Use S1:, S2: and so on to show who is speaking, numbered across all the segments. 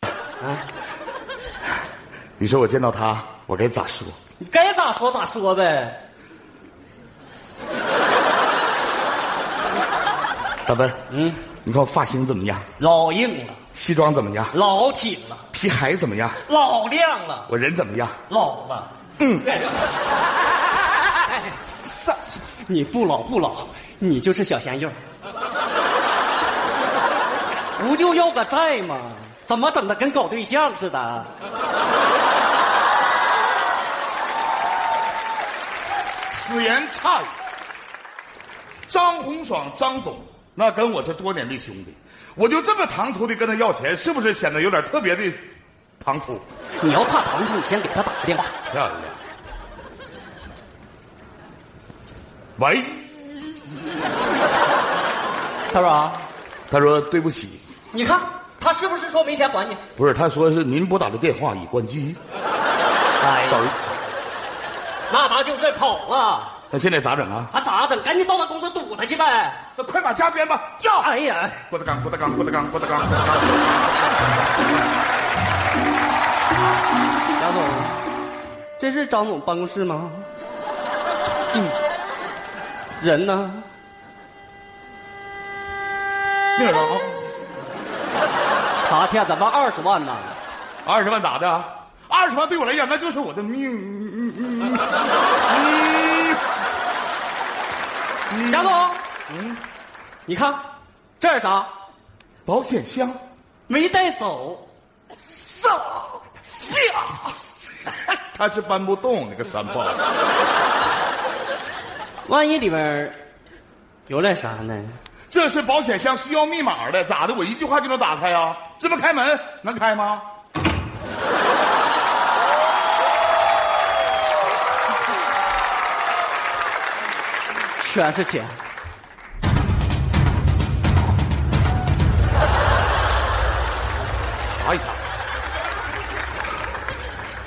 S1: 啊，你说我见到他，我该咋说？
S2: 你该咋说咋说呗。
S1: 大奔，嗯，你看我发型怎么样？
S2: 老硬了，
S1: 西装怎么样？
S2: 老挺了，
S1: 皮鞋怎么样？
S2: 老亮了，
S1: 我人怎么样？
S2: 老了。嗯。算了， 你不老不老，你就是小鲜肉。 不就要个债吗？怎么整的跟搞对象似的？
S3: 此言差矣。张洪爽，张总，那跟我是多年的兄弟，我就这么唐突的跟他要钱，是不是显得有点特别的唐突？
S2: 你要怕唐突，你先给他打个电话。
S3: 漂亮。喂，
S2: 他说啊，
S1: 他说对不起，
S2: 你看他是不是说没钱还你？
S1: 不是，他说是您拨打的电话已关机。
S2: 哎呀，
S1: sorry，
S2: 那咱就这跑了，
S1: 那现在咋整啊？
S2: 还咋整？赶紧到他公司堵他去呗！
S3: 那快把加鞭吧，叫！
S2: 哎呀，
S3: 郭德纲，郭德纲，郭德纲，郭德纲，郭德纲。
S2: 张总，这是张总办公室吗？嗯，人呢？
S3: 那个啥啊，
S2: 他欠咱们二十万呢。
S3: 二十万咋的啊？二十万对我来讲，那就是我的命。嗯嗯嗯嗯
S2: 张总，嗯，你看这是啥？
S3: 保险箱，
S2: 没带走。
S3: 下，他是搬不动那个山炮。
S2: 万一里边有点啥呢？
S3: 这是保险箱需要密码的，咋的？我一句话就能打开啊？这不开门能开吗？
S2: 全是钱。
S3: 查一查，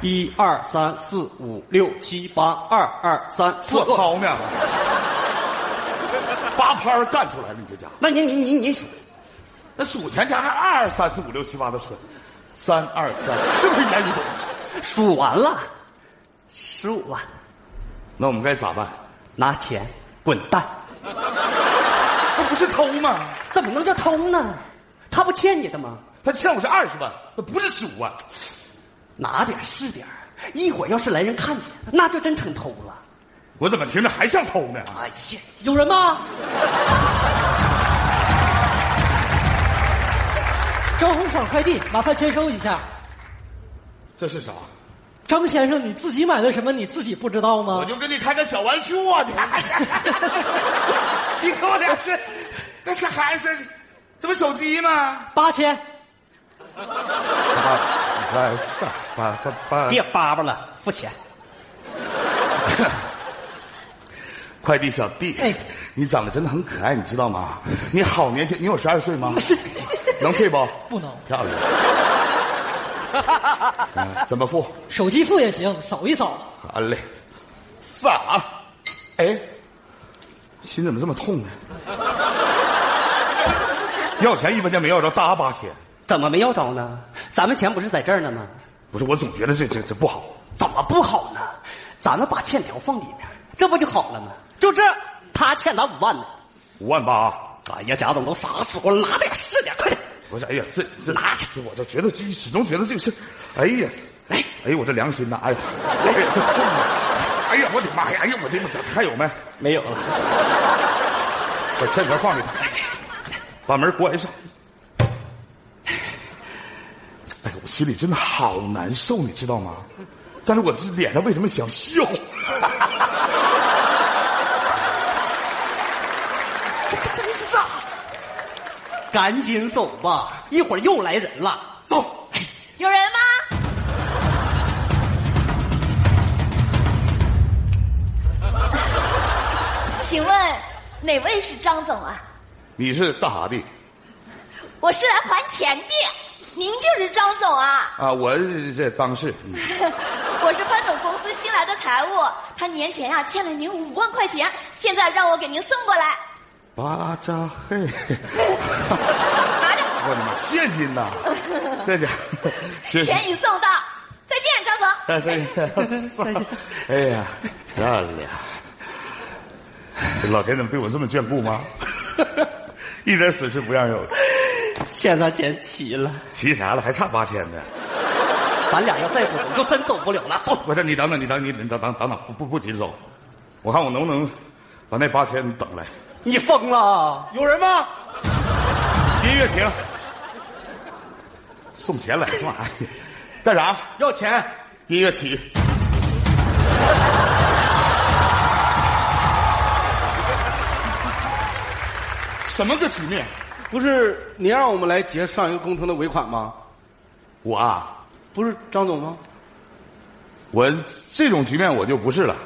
S2: 一二三四五六七八，二二三四。
S3: 我！操呢！八拍儿干出来了，你这家伙。
S2: 那您您您您数，
S3: 那数钱加上二二三四五六七八的数，三二三，是不是严总？
S2: 数完了，十五万，
S1: 那我们该咋办？
S2: 拿钱滚蛋！
S3: 那不是偷吗？
S2: 怎么能叫偷呢？他不欠你的吗？
S3: 他欠我是二十万，那不是十五万。
S2: 拿点儿是点儿，一会儿要是来人看见，那就真成偷了。
S3: 我怎么听着还像偷呢？
S2: 哎呀，有人吗？
S4: 张洪爽快递，麻烦签收一下。
S3: 这是啥？
S4: 张先生，你自己买的什么你自己不知道
S3: 我
S4: 吗？
S3: 就跟你开个小玩笑啊！你，你给我俩这，这是孩子，这不手机吗？
S4: 八千，
S1: 八八三八八八
S2: 别叭叭了，付钱。
S1: 快递小弟，
S4: 哎
S1: 你长得真的很可爱，你知道吗？你好年轻，你有十二岁吗？能退不？
S4: 不能
S1: 漂亮。嗯怎么付？
S4: 手机付也行，扫一扫。
S1: 好嘞，撒。哎，心怎么这么痛呢？
S3: 要钱一分钱没要着，搭八千。
S2: 怎么没要着呢？咱们钱不是在这儿呢吗？
S3: 不是，我总觉得这这这不好。
S2: 怎么不好呢？咱们把欠条放里面，这不就好了吗？就这，他欠咱五万呢。
S3: 五万八啊，
S2: 哎呀，贾总都傻死我了，拿点是点，快点！
S3: 不是，哎呀，这这哪？这我这觉得这始终觉得这个事，哎呀，哎，哎呀，我这良心呐，哎呀，哎呀，这痛啊！哎呀，我的妈呀！哎呀，我的妈，这还有没？
S2: 没有了，
S3: 把欠条放里头，把门关上。哎呦，我心里真的好难受，你知道吗？但是我这脸上为什么想笑？
S2: 赶紧走吧，一会儿又来人了。
S3: 走，
S5: 有人吗？请问哪位是张总啊？
S1: 你是干啥的？
S5: 我是来还钱的，您就是张总啊？
S1: 啊，我是这当事。嗯
S5: 我是潘总公司新来的财务，他年前呀、欠了您五万块钱，现在让我给您送过来，
S1: 巴扎嘿，
S5: 拿着。
S3: 我的妈，现金呐！这家伙，谢谢。
S5: 钱已送到，再见，张总。
S3: 哎， 再见，哎呀，漂亮！老天怎么对我这么眷顾吗？ 一点损失不让有，
S2: 现在钱齐了，
S3: 急啥了？还差八千呢。
S2: 咱俩要再不走，就真走不了了。走，
S3: 不是你等等，你等你等等等等，不不不急走，我看我能不能把那八千等来。
S2: 你疯了？
S3: 有人吗？音乐停，送钱来干嘛呀？干啥？
S4: 要钱，
S3: 音乐起。
S6: 什么个局面？
S7: 不是你让我们来结上一个工程的尾款吗？
S3: 我啊，
S7: 不是张总吗？
S3: 我这种局面我就不是了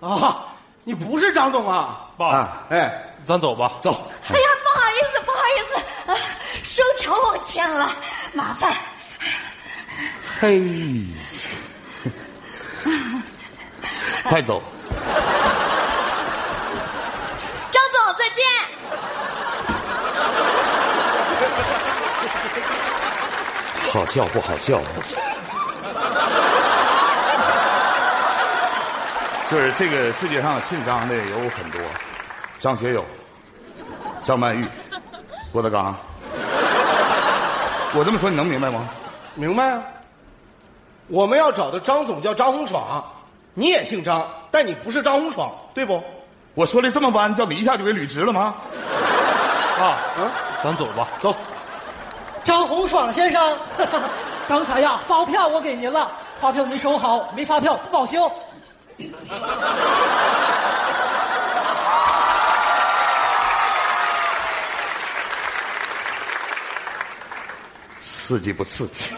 S7: 啊，你不是张总啊？
S3: 啊。
S7: 哎，
S8: 咱走吧。
S7: 走，
S5: 哎呀，不好意思，不好意思，啊、收条忘签了，麻烦。
S3: 嘿， 快走！
S5: 张总，再见。
S3: 好笑不好笑？ 就是这个世界上姓张的有很多，张学友、张曼玉、郭德纲。 我这么说你能明白吗？
S7: 明白啊。我们要找的张总叫张洪爽，你也姓张，但你不是张洪爽，对不？
S3: 我说的这么弯，叫你一下就给捋直了吗？
S8: 啊，咱走吧。
S7: 走，
S4: 张洪爽先 生，刚才呀，发票我给您了，发票您收好，没发票不保修。
S3: 刺激不刺激？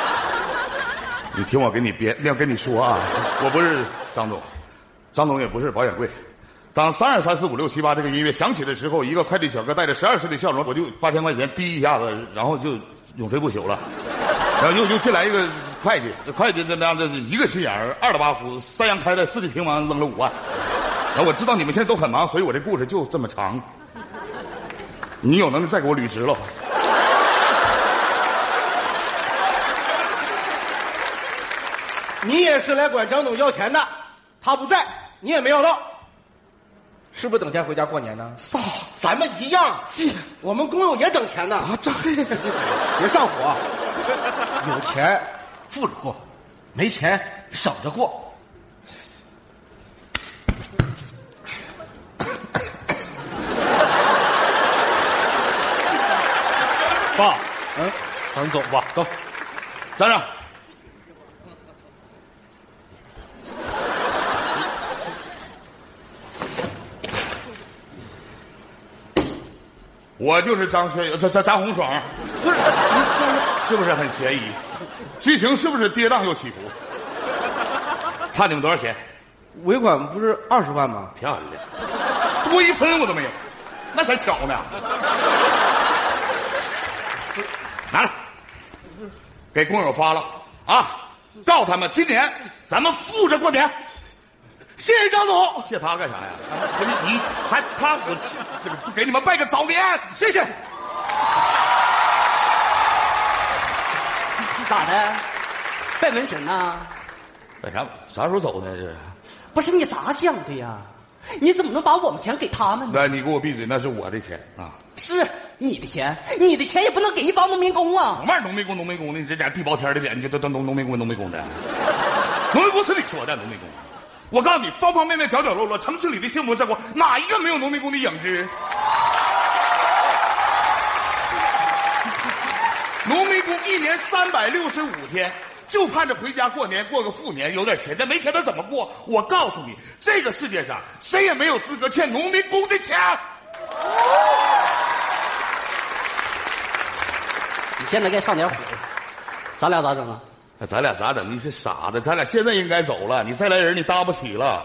S3: 你听我给你编，要跟你说啊，我不是张总，张总也不是保险柜。当三二三四五六七八这个音乐响起的时候，一个快递小哥带着十二岁的笑容，我就八千块钱滴一下子，然后就永垂不朽了。然后又又进来一个会计，这会计这那这一个心眼儿，二的八虎，三阳开泰，四季平王，扔了五万。然后我知道你们现在都很忙，所以我这故事就这么长。你有能力再给我捋直了。
S7: 你也是来管张总要钱的，他不在，你也没要到，是不是等钱回家过年呢？
S3: 操
S7: 咱们一样，我们工友也等钱呢。
S3: 啊，张。
S7: 别上火，有钱富着过，没钱省着过。
S8: 爸，嗯，咱走吧。走，
S3: 站长，我就是张学友，张张张洪爽，
S7: 不是，
S3: 是不是很悬疑？剧情是不是跌宕又起伏？差你们多少钱？
S7: 尾款不是二十万吗？
S3: 漂亮， 多一分我都没有，那才巧呢。 拿着，给工友发了啊！告他们，今年咱们富着过年。
S7: 谢谢张总，
S3: 谢他干啥呀？不是你，还他我这个就给你们拜个早年，
S7: 谢谢。
S2: 咋的？拜门神呐？
S3: 干啥？啥时候走呢？这是？
S2: 不是你咋想的呀？你怎么能把我们钱给他们呢？
S3: 来，你给我闭嘴，那是我的钱啊！
S2: 是你的钱，你的钱也不能给一帮农民工啊！
S3: 什么玩意儿农民工，农民工的，你这家地包天的脸，你这都都农农民工，农民工的，农民工是你说的农民工。我告诉你，方方面面、角角落落，城市里的幸福生活，哪一个没有农民工的影子？农民工一年三百六十五天，就盼着回家过年，过个富年，有点钱。那没钱他怎么过？我告诉你，这个世界上谁也没有资格欠农民工的钱。
S2: 你现在该上点火，咱俩咋整啊？
S3: 咱俩咋整？你是傻子，咱俩现在应该走了。你再来人，你搭不起了。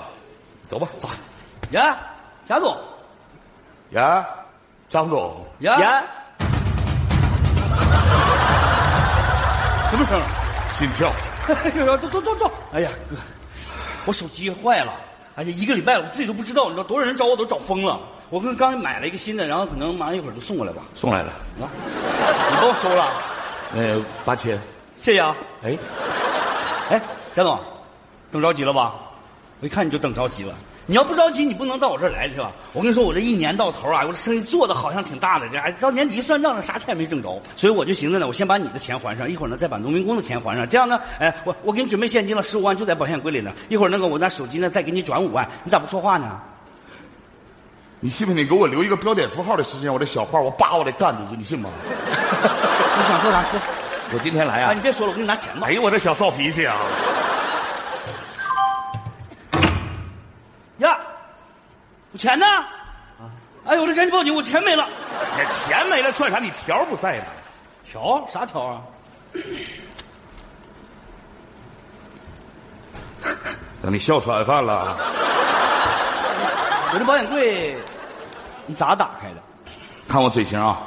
S3: 走吧，走。
S2: 呀，贾总，
S3: 呀，张总，
S2: 呀，
S3: 什么声？心跳。
S2: 走走走走！哎呀，哥，我手机坏了，哎呀，一个礼拜了我自己都不知道，你知道多少人找我都找疯了。
S9: 我跟刚才买了一个新的，然后可能马上一会儿就送过来吧。
S3: 送来了，
S9: 你帮我收了，
S3: 呃，八千。
S9: 谢谢啊。
S3: 哎，
S9: 哎，贾总，等着急了吧？我一看你就等着急了。你要不着急，你不能到我这儿来是吧？我跟你说，我这一年到头啊，我这生意做的好像挺大的，这还到年底一算账，啥钱也没挣着。所以我就寻思呢，我先把你的钱还上，一会儿呢再把农民工的钱还上。这样呢，哎，我我给你准备现金了，十五万就在保险柜里呢。一会儿那个我拿手机呢再给你转五万，你咋不说话呢？
S3: 你信不信？你给我留一个标点符号的时间，我这小话我叭我得干进去，你信吗？
S9: 你想说啥说？
S3: 我今天来
S9: 哎，
S3: 啊
S9: 你，别说了，我给你拿钱吧
S3: 哎。呦我这小躁脾气啊！
S9: 呀，我钱呢？哎呦，我这赶紧报警，我钱没了。
S3: 这钱没了算啥？你条不在呢。
S9: 条啥条啊？
S3: 等你笑出晚饭了啊。
S9: 我这保险柜，你咋打开的？
S3: 看我嘴型啊，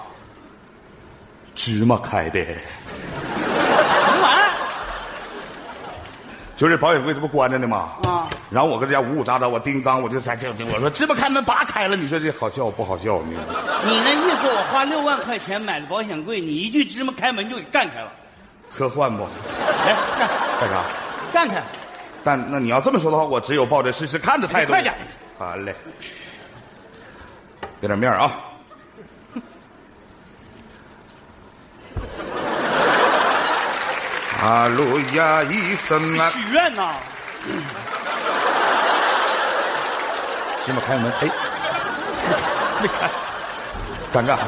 S3: 芝麻开的，
S9: 什么玩意
S3: 就是保险柜这不关着呢吗？
S9: 啊！
S3: 然后我搁这家呜呜喳喳，我叮当，我就在这，我说芝麻开门拔开了，你说这好笑不好笑？你
S9: 儿？你那意思，我花六万块钱买的保险柜，你一句芝麻开门就给干开了？
S3: 科幻不？
S9: 哎，干
S3: 干啥？
S9: 干开！
S3: 但那你要这么说的话，我只有抱着试试看的态度。
S9: 快点！
S3: 好嘞，给点面 儿啊！哈路亚一声啊！
S9: 许愿呐！
S3: 芝麻开门，哎，没开，尴尬。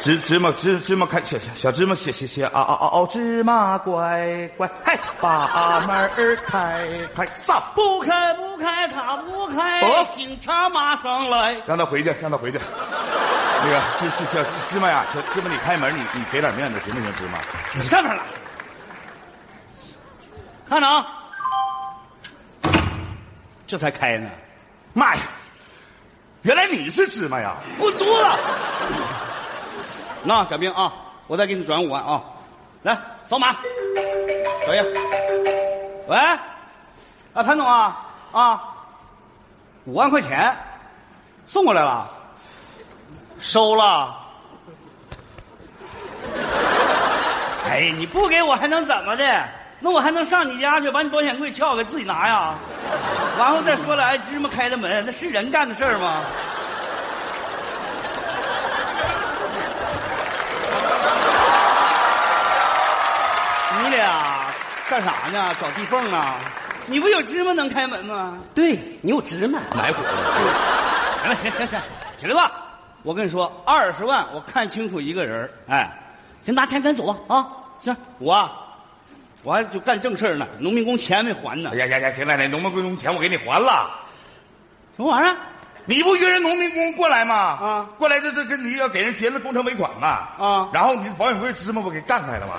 S3: 芝芝麻芝芝麻开小小小芝麻写写写啊啊啊哦芝麻乖乖，嘿，把门儿开开撒，
S9: 不开不开，他不开，
S3: 哦
S9: 警察马上来。
S3: 让他回去，让他回去。那个芝芝小芝麻呀，小芝麻你开门，你你给点面子行不行？芝麻，
S9: 你上面了，看着啊，这才开呢，
S3: 妈呀，原来你是芝麻呀！
S9: 滚犊子！那贾冰啊，我再给你转五万啊，来扫码，小叶，喂，啊潘总啊啊，五万块钱送过来了，收了。哎，你不给我还能怎么的？那我还能上你家去把你保险柜撬开自己拿呀？完后再说了，哎，芝麻开的门，那是人干的事儿吗？你俩干啥呢？找地缝啊？你不有芝麻能开门吗？
S2: 对你有芝麻，
S3: 埋伏了，
S9: 行了，行行行，起来吧。我跟你说，二十万我看清楚一个人儿哎，行，拿钱赶紧走吧啊！行，我啊，我还就干正事儿呢，农民工钱没还呢
S3: 哎，呀呀呀！行了，来，农民工钱我给你还了。
S9: 什么玩意儿？
S3: 你不约人农民工过来吗？
S9: 啊
S3: 过来这这跟你要给人结了工程尾款嘛？
S9: 啊
S3: 然后你保险柜芝麻不给干开了吗？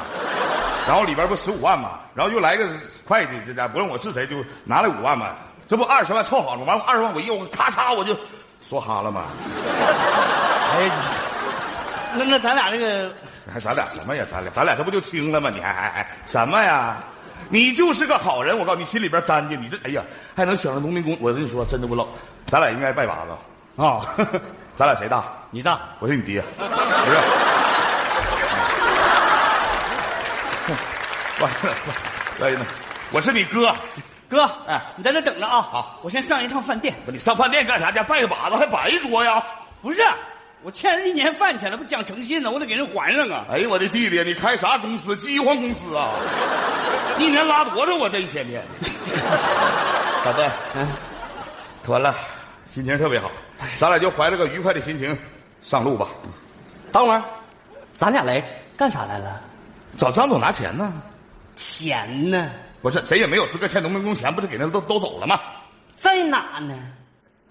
S3: 然后里边不十五万嘛，然后又来个会计，这家不论我是谁就拿来五万嘛，这不二十万凑好了吗？完了二十万我一我咔嚓我就梭哈了嘛，
S9: 哎，那那咱俩这个
S3: 还咱俩什么呀？咱俩咱俩这不就清了吗？你还还还什么呀？你就是个好人，我告诉你，心里边干净，你这哎呀还能想着农民工，我跟你说真的我老，咱俩应该拜把子啊， 咱俩谁大？
S9: 你大，
S3: 我是你哎爹，不是。 我我我我是你哥，
S9: 哥，
S3: 哎
S9: 你在这等着啊。
S3: 好，
S9: 我先上一趟饭店。
S3: 不是你上饭店干啥去？拜个把子还摆一桌呀？
S9: 不是，啊我欠人一年饭钱了，不讲诚信呢，我得给人还上啊。
S3: 哎呦我的弟弟，你开啥公司？饥荒公司啊？一年拉多少我这一天天？大哥，妥了，心情特别好，咱俩就怀着个愉快的心情上路吧。
S2: 等会儿，咱俩来干啥来了？
S3: 找张总拿钱呢？
S2: 钱呢？
S3: 不是，谁也没有资格欠农民工钱，不是给那都都走了吗？
S2: 在哪呢？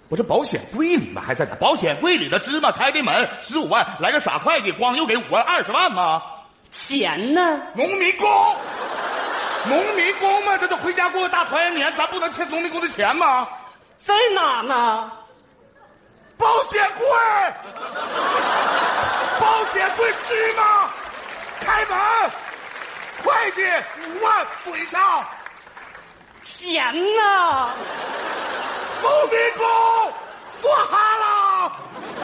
S3: 我这保险柜里面还在哪？保险柜里的芝麻开的门，十五万来个傻会计，光又给五万二十万吗？
S2: 钱呢？
S3: 农民工，农民工嘛，这都回家过个大团圆年，咱不能欠农民工的钱吗？
S2: 在哪呢？
S3: 保险柜，保险柜芝麻，开门，会计五万怼上，
S2: 钱呢？
S3: 农民工，过哈了。